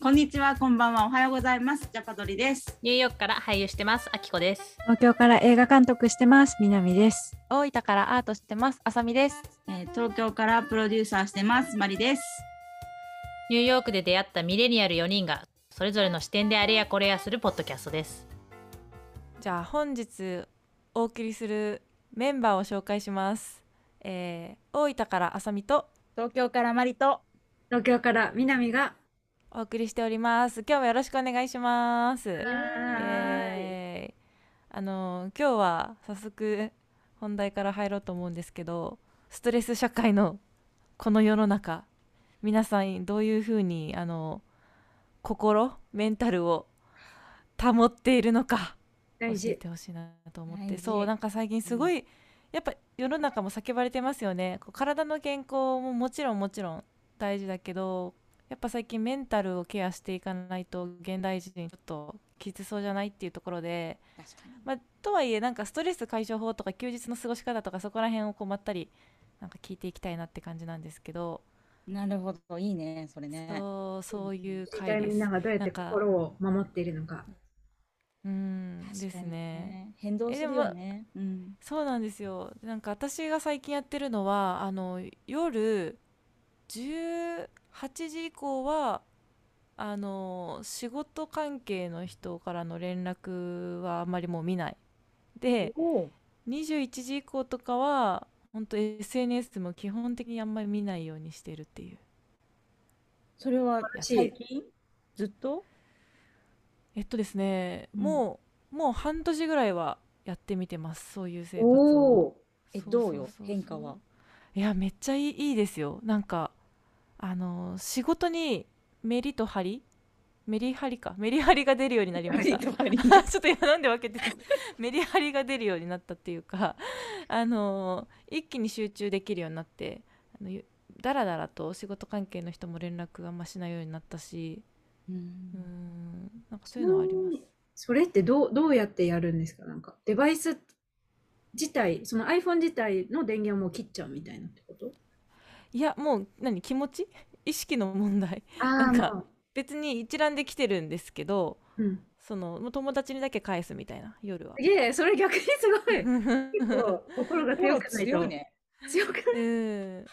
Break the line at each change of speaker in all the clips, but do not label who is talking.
こんにちは、こんばんは、おはようございます。ジャパドリです。
ニューヨークから俳優してます、あきこです。
東京から映画監督してます。南です。
大分からアートしてます。あさみです。
えー東京からプロデューサーしてます。マリです。
ニューヨークで出会ったミレニアル4人が、それぞれの視点であれやこれやするポッドキャストです。
じゃあ本日お送りするメンバーを紹介します。えー、大分からあさみと
東京からマリと。
東京から南が。
お送りしております。今日もよろしくお願いします。
は
イエーイあの今日は早速本題から入ろうと思うんですけど、ストレス社会のこの世の中、皆さんどういうふうにあの心メンタルを保っているのか。教え。てほしいなと思っ
大
て
事
そうなんか最近すごい、やっぱ世の中も叫ばれてますよねこう体の健康ももちろんもちろん大事だけどやっぱ最近メンタルをケアしていかないと現代人ちょっときつそうじゃないっていうところで、
確か
まあ、とはいえなんかストレス解消法とか休日の過ごし方とかそこら辺をこうまったりなんか聞いていきたいなって感じなんですけど、
に。なるほど、いいね、それね。
そうそういう
一
回
体
で
みん
す
な。がどうやっ
なん
て
か
心を守っているのか。
うん
確かに
ですね。。
変動するよね。うん。
そうなんですよ。なんか私が最近やってるのは、あの夜18時以降は、あの仕事関係の人からの連絡はあんまりもう見ない。で、21時以降とかは、本当 SNS も基本的にあんまり見ないようにしてるっていう。
それは
や
最近ずっと
えっとですね、
うん
もうもう半年ぐらいはやってみてます。そういう生活を。
お
え、
そう
どう
そう
よ
そ、う
変化は。
いやめっちゃいいいいですよなんかあの仕事にメリとハリメリハリかメリハリが出るようになりました ちょっと今なんで分けてた メリハリが出るようになったっていうかあの一気に集中できるようになってあのゆだらだらと仕事関係の人も連絡があんましないようになったし
う。
うんんなんかそういうのはあります
それってどうどうやってやるんですかなんかデバイス自体、その iPhone 自体の電源をもう切っちゃうみたいなってこと
いやもう何気持ち意識の問題
あ
ーま
あ、
別に一覧で来てるんですけど
うん。
そのもう友達にだけ返すみたいな夜は。
いえ、それ逆にすご い。結構心が強くないと。
強いね。
強くない。
うん、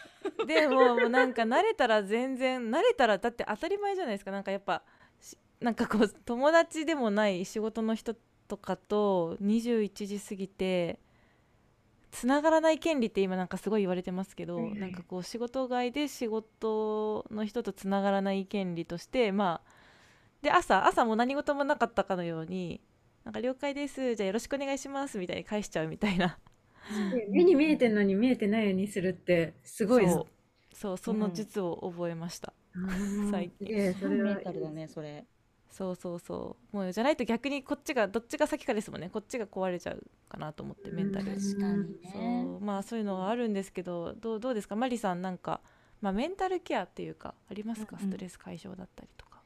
でももうなんか慣れたら全然慣れたらだって当たり前じゃないですかなんかやっぱしなんかこう友達でもない仕事の人とかと21時過ぎて繋がらない権利って今なんかすごい言われてますけど、
はいはい
なんかこう仕事外で仕事の人と繋がらない権利としてまあで朝朝も何事もなかったかのように「なんか了解ですじゃあよろしくお願いします」みたいに返しちゃうみたいな。
目に見えてるのに見えてないようにするってすごいです
そうそうその術を覚えました、
うん
最近
すげえそれ
メ
は
ンタルだね、それ。
そうそうそうもうじゃないと逆にこっちがどっちが先かですもんねこっちが壊れちゃうかなと思ってメンタ
う
ル、
ん
確かにね。
そうまあそういうのはあるんですけどどうどうですかマリさんなんか、まあ、メンタルケアっていうかありますか
うんうん
ストレス解消だったりとか、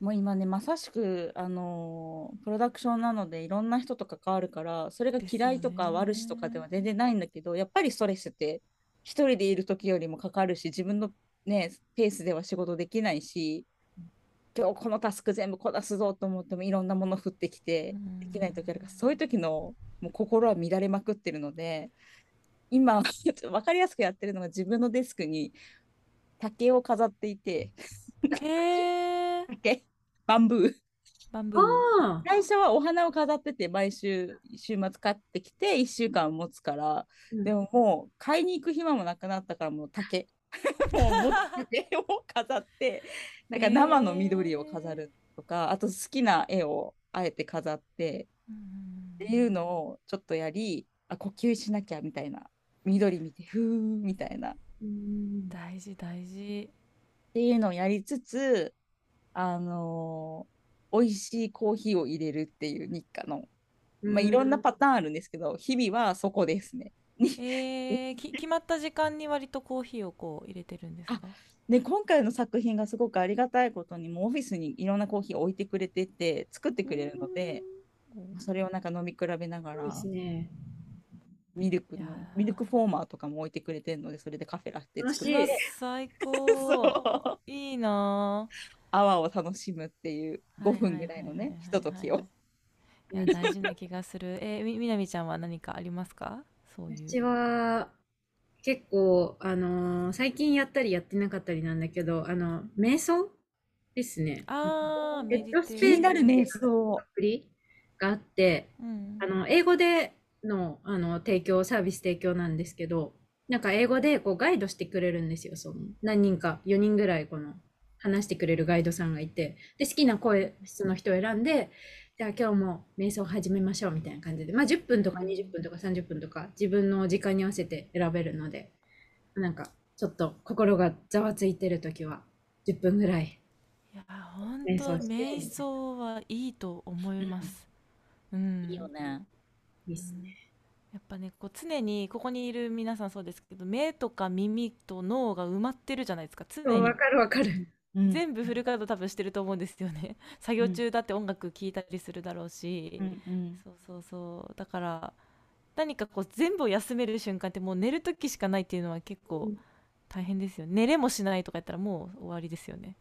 もう今ねまさしくあのープロダクションなのでいろんな人と関わるからそれが
ですよ
嫌いとか
ね
悪しとかでは全然ないんだけどやっぱりストレスって一人でいる時よりもかかるし自分のねペースでは仕事できないし今日このタスク全部こなすぞと思ってもいろんなもの降ってきてできない時あるからそういう時のもう心は乱れまくってるので今 分かりやすくやってるのが自分のデスクに竹を飾っていて
へえ
竹バンブー。
バンブー
あ
最初はお花を飾ってて毎週週末買ってきて1週間持つから
ー
でももう買いに行く暇もなくなったからもう竹 もう持って竹を飾ってなんか生の緑を飾るとかあと好きな絵をあえて飾って
うん
っていうのをちょっとやりあ呼吸しなきゃみたいな緑見てふーみたいなっ
うん
大事大事
ていうのをやりつつあのー美味しいコーヒーを入れるっていう日課のまあ、いろんなパターンあるんですけど、日々はそこですね。
えー、き 決まった時間に割とコーヒーをこう入れてるんですか
で、今回の作品がすごくありがたいことに、もうオフィスにいろんなコーヒーを置いてくれてて、作ってくれるので、それをなんか飲み比べなが
そう
ら
で、すね
ミルクの
いやー
ミルクフォーマーとかも置いてくれてるので、それでカフェラテ作
楽し
る。
い
最
そ
高
う
いいなあ
アワーを楽しむっていう5分ぐらいのね、ひとときを。
いや大事な気がする。えみみなみちゃんは何かありますか？そういう。
私は結構、あのー最近やったりやってなかったりなんだけど、あの、瞑想ですね。
ああ、
ヘ
メデ
ッ
ィ
ド
テ
ス
ー
ペ
シ
気
ー
ョ
ス
ン
になる瞑想
ア。プリがあって、
うん
あの、英語での、あの、提供、サービス提供なんですけど、なんか英語でこうガイドしてくれるんですよ、その、何人か、4人ぐらいこの、話してくれるガイドさんがいて、で、好きな声質の人を選んで、じゃあ今日も瞑想を始めましょうみたいな感じで、まあ10分とか20分とか30分とか、自分の時間に合わせて選べるので、なんか、ちょっと心がざわついてるときは、10分ぐらい。
いや本
瞑
当
想して
瞑想はいいと思います。うん、
いいよね。
いいですね。
やっぱねこう常にここにいる皆さんそうですけど目とか耳と脳が埋まってるじゃないですか常
そう
に
わかるわかる。
うん
全部フルカード多分してると思うんですよね作業
うん
中だって音楽聴いたりするだろうし、
うんうん
そうそうそうだから何かこう全部を休める瞬間ってもう寝る時しかないっていうのは結
う
構
ん
大変ですよね寝れもしないとかやったらもう終わりですよね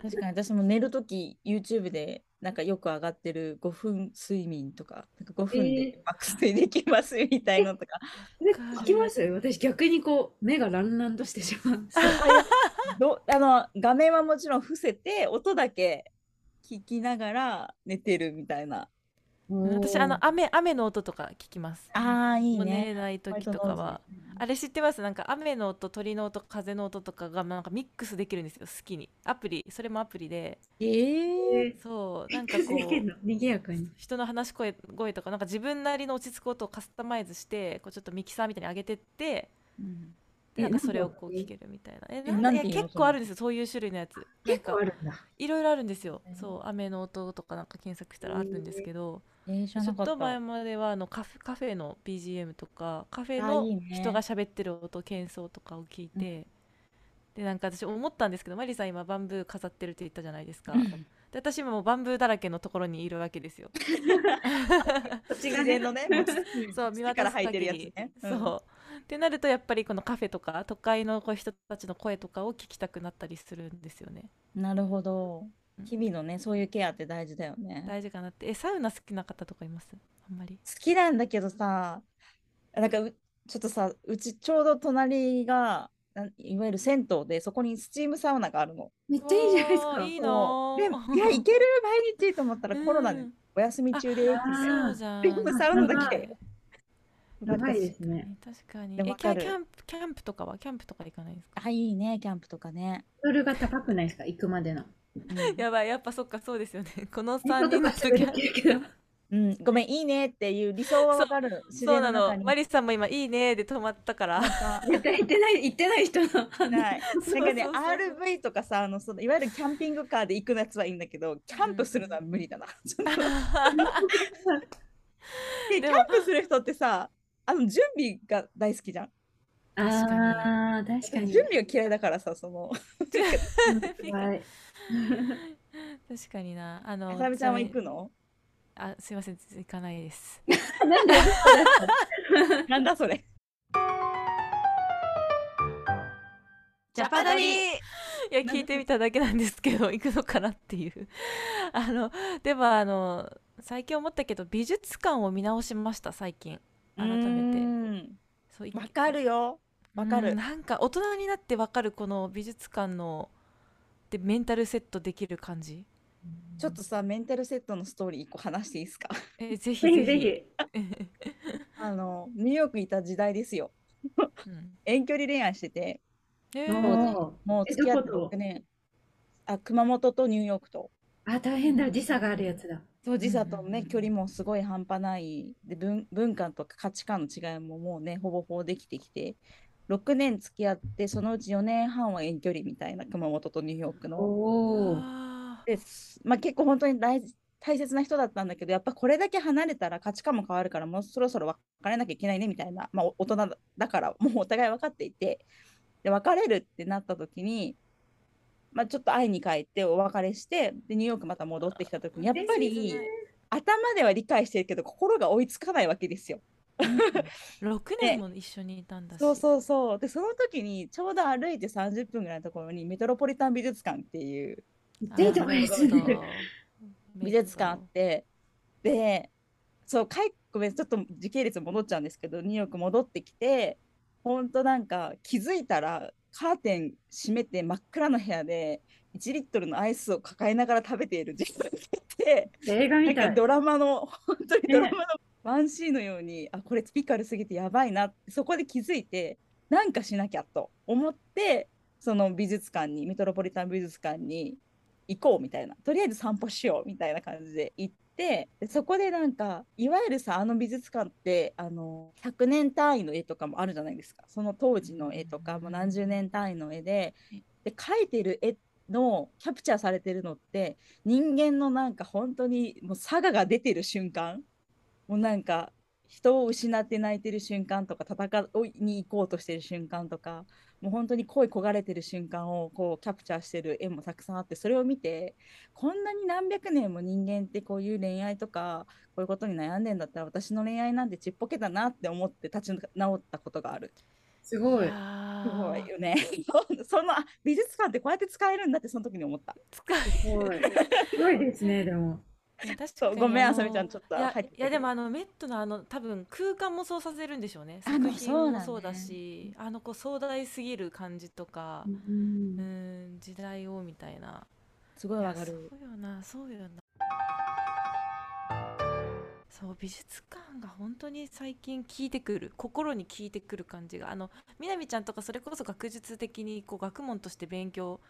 確かに私も寝るとき YouTube でなんかよく上がってる5分睡眠とかなんか5分で爆睡できますみたいなの とか、
かる
聞きます私逆にこう目がランランとしてしまう。
どあの画面はもちろん伏せて音だけ聞きながら寝てるみたいな。
私あの雨雨の音とか聞きます
ああいい
もう寝
ね。
れない時とかはあれ知ってますなんか雨の音鳥の音風の音とかがなんかミックスできるんですよ好きにアプリそれもアプリで
ええ
そう
な
なんん
か
か
こ
こ
う。
う
賑やかに。
人の話し声声とかなんか自分なりの落ち着く音をカスタマイズしてこうちょっとミキサーみたいに上げてってで
な
なんかそれを
なんだろ
こ
う
う
ね
聞けるみたいなえ
え
なん
なん
だ
て
いや
いうの
結構あるんですよそういう種類のやつなん
結
か
構あるんだ。
いろいろあるんですよ
うん
そう雨の音とかなんか検索したらあるんですけど
ー、知
ち
ら
ょ
な
っ
かっ
と前
た。
まではあのカフェカフェの BGM とかカフェ
あいい
の
ね
人 が喋ってる音喧騒とかを聞いて、でなんか私思ったんですけどマリさん今バンブー飾ってるって言ったじゃないですか
うん
で私今もうバンブーだらけのところにいるわけですよ
自然の ね、
そう見
見
渡
から
す
履いて
限
るやつ
り
ね。
そうってなるとやっぱりこのカフェとか都会のこう人たちの声とかを聞きたくなったりするんですよね
うん。なるほど
う。ん
日々のね、そういうケアって大事だよね。
大事かなってえサウナ好きな方とかいますあんまり
好きなんだけどさ、なんかうちょっとさ、うちちょうど隣が、なんいわゆる銭湯で、そこにスチームサウナがあるの。
めっちゃいいじゃないです
お
か。
ーいいな
そうで
ー
いや、行ける毎日と思ったらコロナで
うん
お休み中で
あー
そうじゃん
スチームサウナだ
やば
け。
やばいですね。
確かに。
で
え、
も
キ
わかる
ャキャンプ、キャンプとかは、キャンプとか行かないんです か。
あ、いいね、キャンプとかね。
ハードルが高くないですか行くまでの。
うん
やばい、やっぱそっか、そうですよね。 この
ネッ
三
ト
人
と
の
かすぐ
時
で
は。
きるけど。
うん、ごめん、いいねっていう理想はわかる。自
そう
然
な
中
の。
に
マリスさんも今いいねで止まっ たから。
絶対行ってない行ってない人の。
ない。
そう
なんかね、
そうそう
RV とかさ、あの、その、いわゆるキャンピングカーで行くやつはいいんだけど、キャンプするのは無理だ な。ちょっとでキ
で
ャ
も
ンプする人ってさ、あの、準備が大好きじゃん。
ああ確かに。
準備が嫌いだからさ、その、
はい。
確かにな。あの。
あさみちゃんは行く
ち
の
なみにあ、すいません、行かない です。
なんで
なんだそれ。
ジャパダリ
いや聞いてみただけなんですけど 行くのかなっていう あのでもあの最近思ったけど美術館を見直しました最近改めて
め
そうい
わかるよ。わか
う
る
ん。なんか大人になってわかるこの美術館のでメンタルセットできる感じ
ちょっとさ、メンタルセットのストーリー一個話していいですか
え ぜひ
ぜ
ぜ
ひ
ひ
ぜひ。
あの、ニューヨークいた時代ですよ。
うん
遠距離恋愛してて、
え
う
ー
んもう
え
付き合って
どこ
6
と
年。あ、熊本とニューヨークと。
あ大変だ時差があるやつだ。
そう、時差と
うんうんう
ね、
ん
距離もすごい半端ない。で、文、文化とか価値観の違いももうね、ほぼほぼできてきて、6年付き合って、そのうち4年半は遠距離みたいな、熊本とニューヨークの。
おお。
あー
です。まあ結構本当に大事大切な人だったんだけど、やっぱこれだけ離れたら価値観も変わるから、もうそろそろ別れなきゃいけないねみたいな、まあお大人だだから、もうお互い分かっていて、で、別れるってなった時に、まあちょっと会いに帰ってお別れして、で、ニューヨークまた 戻ってきた時に、やっぱり頭では理解してるけど、心が追いつかないわけですよ。
6年も一緒にいたんだし。
そうそうそう。で、その時にちょうど歩いて30分ぐらいのところにメトロポリタン美術館っていう
あ
デ
ー
ートが
なるほ
安い
ど
美術館あって、で、そう、帰っごめん、ちょっと時系列戻っちゃうんですけど、ニューヨーク戻ってきて、ほんとなんか気づいたらカーテン閉めて真っ暗な部屋で1リットルのアイスを抱えながら食べている自分がいて、
映画
なん
みた
か
い。
ドラマの、 本当にドラマのワンシーンのように、あ、これスピカルすぎてやばいなって、そこで気づいて、なんかしなきゃと思って、その美術館に、メトロポリタン美術館に行こうみたいな、とりあえず散歩しようみたいな感じで行って、でそこでなんか、いわゆるさ、あの美術館って、あの、100年単位の絵とかもあるじゃないですか。その当時の絵とか、もう何十年単位の絵で、で、描いてる絵のキャプチャーされてるのって、人間のなんか本当にもう差がが出てる瞬間もうなんか人を失って泣いてる瞬間とか戦いに行こうとしてる瞬間とかもう本当に恋焦がれてる瞬間をこうキャプチャーしてる絵もたくさんあってそれを見てこんなに何百年も人間ってこういう恋愛とかこういうことに悩んでんだったら私の恋愛なんてちっぽけだなって思って立ち直ったことがある。
すごい。
あ
すご
ー
いよね。 そのあ美術館ってこうやって使えるんだってその時に思った。
使い
すごい。すごいですね、でも。
いや確
そう
かに
ごめん
あ
あ
の
さみちゃんちょっと
いや
入って
いやでもあのメットのあの多分空間もそうさせるんでしょうね
あ
作
もう
品
そうだ
も
ね
そうだしあのこう壮大すぎる感じとか
う
うん
ん
ん時代をみたいな
すごい
い
わ
や
か
そ
る。
うよなそうよなそう美術館が本当に最近効いてくる心に効いてくる感じがあの南ちゃんとかそれこそ学術的にこう学問として勉強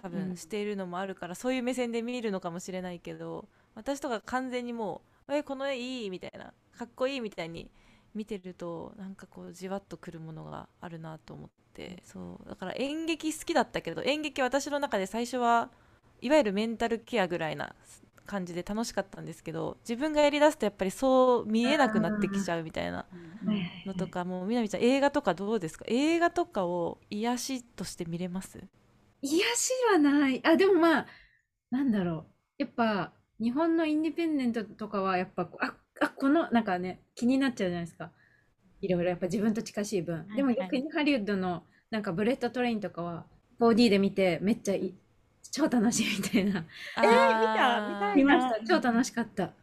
多
うん
分しているのもあるから、そういう目線で見るのかもしれないけど私とか完全にもう「えこの絵いい」みたいな「かっこいい」みたいに見てるとなんかこうじわっとくるものがあるなと思ってそうだから演劇好きだったけど演劇私の中で最初はいわゆるメンタルケアぐらいな感じで楽しかったんですけど自分がやりだすとやっぱりそう見えなくなってきちゃうみたいなのとかもうみなみちゃん映画とかどうですか映画とかを癒しとして見れます
癒しはない。あ、でもまあ、なんだろう。やっぱ、日本のインディペンデントとかは、やっぱこう、あ、あ、この、なんかね、気になっちゃうじゃないですか。いろいろ、やっぱ自分と近しい分。でも
はいはい
逆にハリウッドの、なんか、ブレットトレインとかは、4D で見て、めっちゃいい超楽しいみたいな。
え
ー見た見たい
見
な
ました。超楽しかった。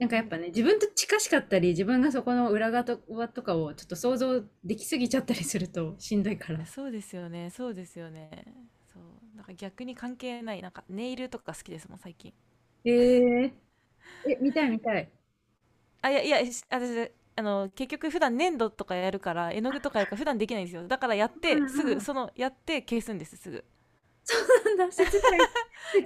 なんかやっぱね、自分と近しかったり、自分がそこの裏側と側とかをちょっと想像できすぎちゃったりするとしんど いから。
そうですよねそうですよねそうなんか逆に関係ないなんかネイルとか好きですもん最近
えー、え、見たい見たい。
あいやいやし私あの結局普段粘土とかやるから絵の具とかやるから普段できないんですよだからやって
うんうん
すぐそのやって消すんですすぐ
なんだ、 切ない。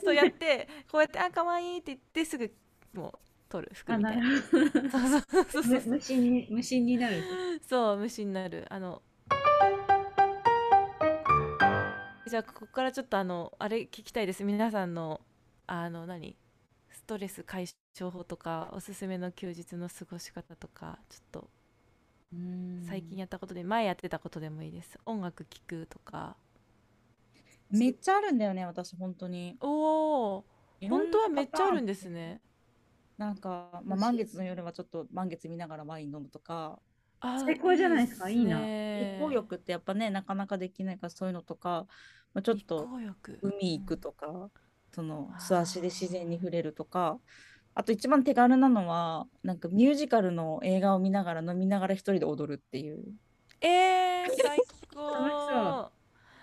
そうやってこうやってあ可愛いって言ってすぐもう取る服
あ、
みた
ない
な
るほど。
そうそうそうそう
む 虫に、虫になる。
そう無視になるあのじゃあここからちょっとあのあれ聞きたいです皆さんのあの何ストレス解消法とかおすすめの休日の過ごし方とかちょっと最近やったことで、前やってたことでもいいです音楽聴くとか
めっちゃあるんだよね私本当に
おお本当はめっちゃあるんですね
なんか、まあ、満月の夜はちょっと満月見ながらワイン飲むとか
あー
最高じゃないですかいいな
日
ね
光浴ってやっぱねなかなかできないからそういうのとか、まあ、ちょっと
日光浴
海行くとか、その
あー
素足で自然に触れるとかあと一番手軽なのはなんかミュージカルの映画を見ながら飲みながら一人で踊るっていう
えー、最
楽しそ
高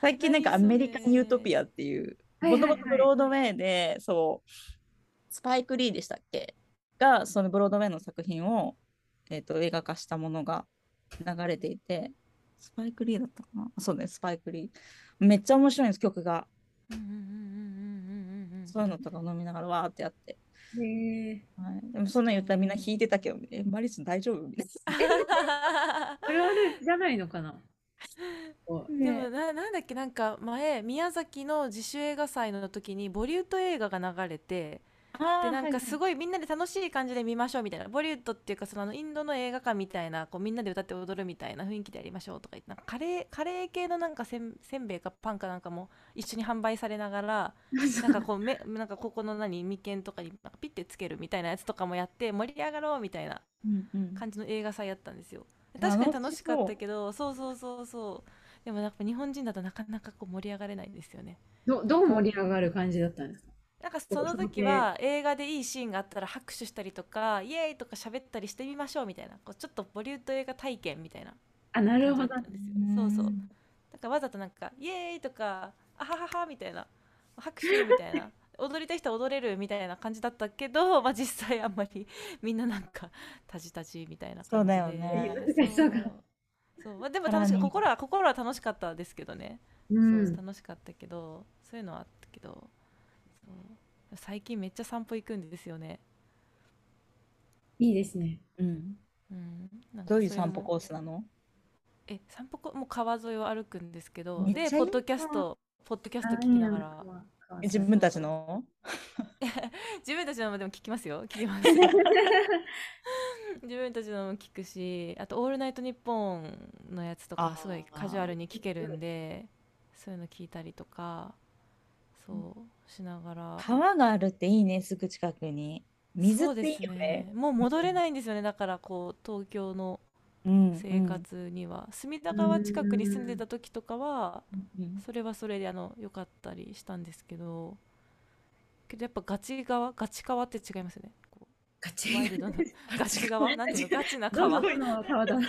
最近なんかア
何それ
メリカン・ユートピアっていう
はい
も
は
と
いはい
もとブロードウェイで、そう、スパイク・リーでしたっけが、そのブロードウェイの作品を、えっと映画化したものが流れていて、スパイク・リーだったかなそうね、スパイク・リー。めっちゃ面白いんです、曲が。
うんうんうんうんうんうんうんうん
そういうのとか飲みながらわーってやって。
へえ。
はい、でもそんなん言ったらみんな弾いてたけど、え、マリス大丈夫みたい
これはね、じゃないのかな。こう
で
な。
もななんだっけなんか前宮崎の自主映画祭の時にボリュート映画が流れて
あ
で
ー
なんかす
は
ごいみんなで楽しい感じで見ましょうみたいなボリュードっていうかそのあのインドの映画館みたいなこうみんなで歌って踊るみたいな雰囲気でやりましょうとか言ってなんかカレーカレー系のなんかせんせんべいかパンかなんかも一緒に販売されながらなんかこうめなんかここの何眉間とかになんかピッてつけるみたいなやつとかもやって盛り上がろうみたいない
はいうんうん
感じの映画祭やったんですよ。
楽しそ
確
う
かに楽しかったけどそうそうそうそうでもやっぱ日本人だとなかなかこう盛り上がれないんですよね。
どどう盛り上がる感じだったんですか
なんかそ
そう
の時は映画でいいシーンがあったら拍手したりとかイエーイとか喋ったりしてみましょうみたいなこうちょっとボリュート映画体験みたいな
あ、なる
感じ
ほど
だっ。たんですよそうそう
うん
だからわざとなんかイエーイとかあはははみたいな拍手みたいな踊りたい人は踊れるみたいな感じだったけど、まあ、実際あんまりみんななんかたじたじみたいな
そう
感じ
だ
で
よね
難しそうだ
そうまあ、でも楽し
さら
か
に
心は心は楽しかったですけどね
う。
そうん楽しかったけどそういうのはあったけどそう最近めっちゃ散歩行くんですよね、
いいですね。
うん
うん、なんか
どういう
それも
散歩コースなの
え散歩コもう川沿いを歩くんですけど
めっちゃい
で
いな
ポッドキャストポッドキャスト聞きながら
あいいな
自分たちの
自分たちのもでも聞きますよ聞 きます自分たちのも聞くしあと「オールナイトニッポン」のやつと
あ
か
ー
すごいカジュアルに聞けるんでそういうの聞いたりとかそうしながら
川があるっていいねすぐ近くに水
そう
っ
で
てい
す
いよね
もう戻れないんですよねだからこう東京の
うん
生活には、隅田川近くに住んでた時とかは
うんうん
それはそれであの良かったりしたんですけどけどやっぱガチ川ガチ川って違いますよねこ
ガ
う
チ
ワイルドなガチ川なんていうのガチな
ど
川
この川だ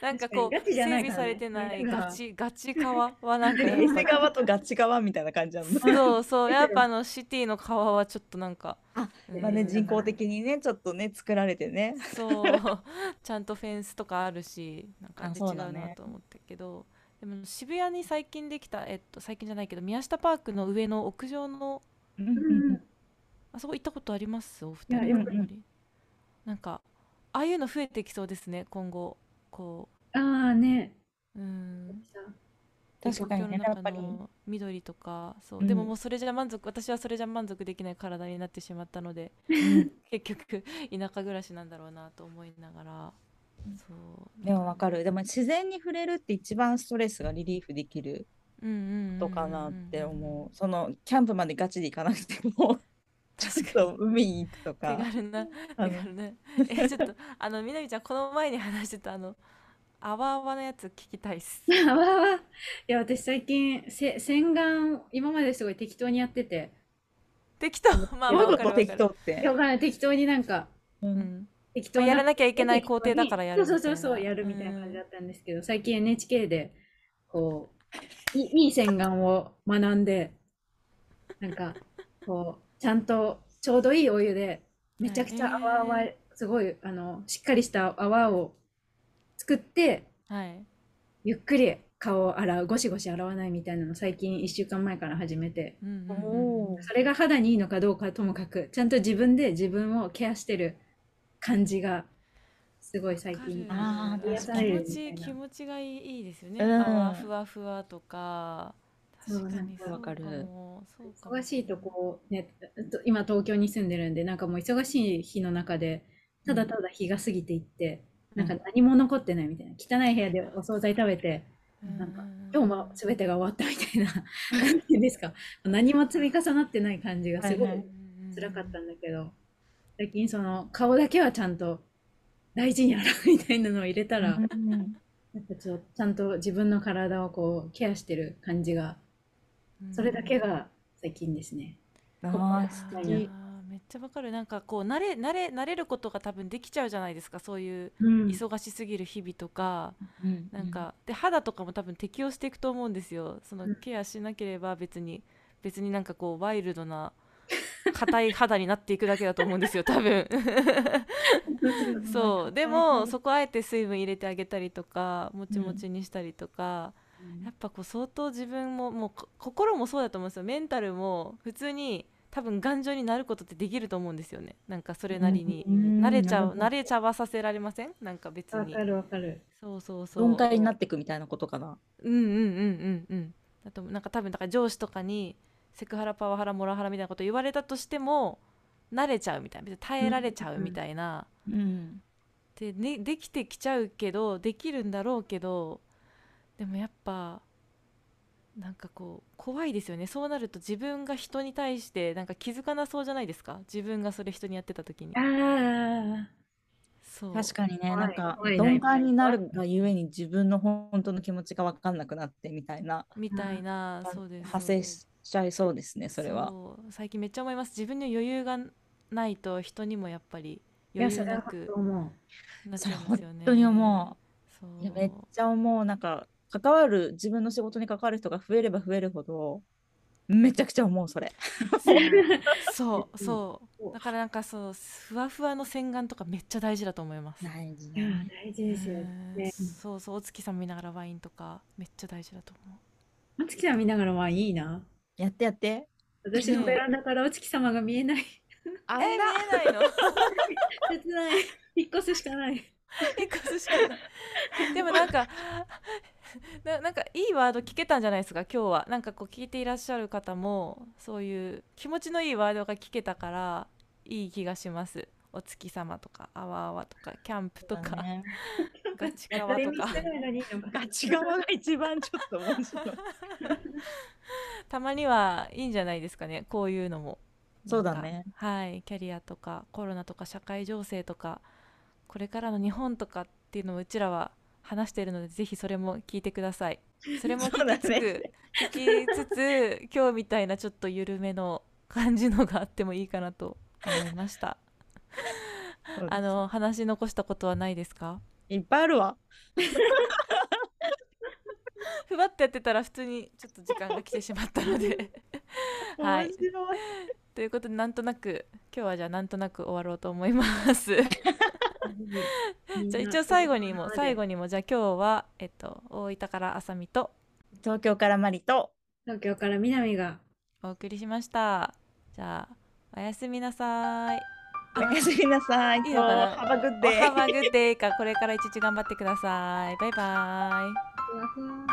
なんかこう
ガチじ
整
ゃないから
備
ね
されてない
なんか
ガチガチ川はなんかやっ
伊
ぱ
勢川 とガチ川みたいな感じなの
そうそうやっぱあのシティの川はちょっとなんか
あ
うん
まあね
うん
人工的にねちょっとね作られてね
そうちゃんとフェンスとかあるしなんか
あ
全
そ
然
うだ
違う
ね
なと思ったけど、でも渋谷に最近できた、えっと、最近じゃないけど宮下パークの上の屋上の
うん
うん
あそこ行ったことありますお
い
二
や
人
うんうん
やっぱりなんかああいうの増えてきそうですね今後こ
ああね。
ううん
確かにね
東京
や
の
っぱ
中
り
の緑とかそう、
うん
でももうそれじゃ満足私はそれじゃ満足できない体になってしまったので結局田舎暮らしなんだろうなと思いながらそう
でもわかるでも自然に触れるって一番ストレスがリリーフできる
と
とかなって思うそのキャンプまでガチで行かなくて もちょっと海に行くと
手
か
軽な
あ
手
の
軽なえちょっとあのみなみちゃんこの前に話してたあのあわあわのやつ聞きたいっす
あわあわ。いや、私最近、せ、洗顔、今まですごい適当にやってて。
適当まあまあ
どうい
わ
う
か
こ
る
と
わかる
適当って
いや、わかんない適当になんか、
うん
うん
適当
まあやら
な。
なきゃいけない工程だからやるみた
そ
いうな
そうそうそう、やるみたいな感じだったんですけど、最近 NHK で、こう、いいいい洗顔を学んで、なんか、こう、ちゃんと、ちょうどいいお湯で、めちゃくちゃ泡々、
へ
すごい、あの、しっかりした泡を作って、
うんはい
ゆっくり顔を洗う、ゴシゴシ洗わないみたいなの、最近1週間前から始めて、
うんうんうん
おー
それが肌にいいのかどうかはともかく、ちゃんと自分で自分をケアしてる感じが、すごい最近。
わかる
あー
癒
確
さ
か
れ
に
るみた
気持ちい
い
い
な
気持ちがいいいいですよね
うん
あわふわふわとか
そう
確かに
なんか
そう
わかる
もそうかも
忙しいとこうね、と今東京に住んでるんで、なんかもう忙しい日の中で、ただただ日が過ぎていって、
うん
なんか何も残ってないみたいな、汚い部屋でお惣菜食べて、
うん
なんか今日も全てが終わったみたいな、なんていうんですか、何も積み重なってない感じがすご
はいはいい
辛かった
うん
だけど、最近その顔だけはちゃんと大事に洗うみたいなのを入れたら、や
うんうん
っぱちょちゃんと自分の体をこうケアしてる感じが、
んうん
それだけが最近ですね。
あー
素
あ
敵
ーめっちゃわかるなんかこう慣れ慣れ慣れることが多分できちゃうじゃないですかそういう
うん
忙しすぎる日々とか、
うん
なんかで肌とかも多分適応していくと思うんですよその
うん
ケアしなければ別に別になんかこうワイルドな硬い肌になっていくだけだと思うんですよ多分そうでもそこあえて水分入れてあげたりとかもちもちにしたりとか、やっぱこう相当自分ももうこ心もそうだと思うんですよメンタルも普通に多分頑丈になることってできると思うんですよねなんかそれなりに、慣れちゃう慣れちゃわさせられませんなんか別
わ
に
かるわかる。
そうそうそう
分解になっていくみたいなことかな。
うんうんうんうんうんだとなんか多分だから上司とかにセクハラパワハラモラハラみたいなこと言われたとしても慣れちゃうみたいな別に耐えられちゃうみたいな、
うん。
で、ね、できてきちゃうけどできるんだろうけどでもやっぱなんかこう怖いですよねそうなると自分が人に対してなんか気づかなそうじゃないですか自分がそれ人にやってた時に
ああ。
そう
確かにね、
怖い
なんか
怖いな
鈍感になるがゆえに自分の本当の気持ちが分かんなくなってみたいな
みたいなそうです
派
そう
生
です
しちゃいそうですね、それは。
う最近めっちゃ思います自分に余裕がないと人にもやっぱり
いや、
余
そ
裕
れ
な
は本
く
当思
なっち
そ
ゃ
れ
いますよ
本
ね
当に思。
そうう
いやめっちゃ思う。なんか関わる自分の仕事に関わる人が増えれば増えるほどめちゃくちゃ思うそれ。う
そう
ん
そうだからなんかそうふわふわの洗顔とかめっちゃ大事だと思います
大事
う。いや、大事ですよ
へ
ね
ー。そうそうお月さん見ながらワインとかめっちゃ大事だと思
お月さん見ながらはいいな。
やってやって。
私のベランダからお月様が見 えない。
うあえ見 えないの
切ない。引っ越すしかない。
一個ずつしかないでもなんか ななんかいいワード聞けたんじゃないですか今日はなんかこう聞いていらっしゃる方もそういう気持ちのいいワードが聞けたからいい気がしますお月様とかあわあわとかキャンプとか、
だね
ガチカワ
誰
と
に言
か
ってないのにいいの か。
ガチ側が一番ちょっと面白い。
たまにはいいんじゃないですかねこういうのも
そうだね
なんかはいキャリアとかコロナとか社会情勢とかこれからの日本とかっていうのをうちらは話しているのでぜひそれも聞いてくださ いそれも
そうだ
聞きつつ、
ね
聞きつつ今日みたいなちょっと緩めの感じのがあってもいいかなと思いました あの話し残したことはないですか
いっぱいあるわ。
ふわってやってたら普通にちょっと時間が来てしまったので はい
面白い。
ということでなんとなく今日はじゃあなんとなく終わろうと思います じゃあ一応最後にも最後にもじゃあ今日はえっと大分からあさみと
東京からマリと。
東京から南が。
お送りしましたじゃあおやすみなさい
おやすみなさい。
いいのかな
ハバグッ
お
デ
は
ー。
まぐデーかこれから一日頑張ってくださいバイバイ
ふわふわ。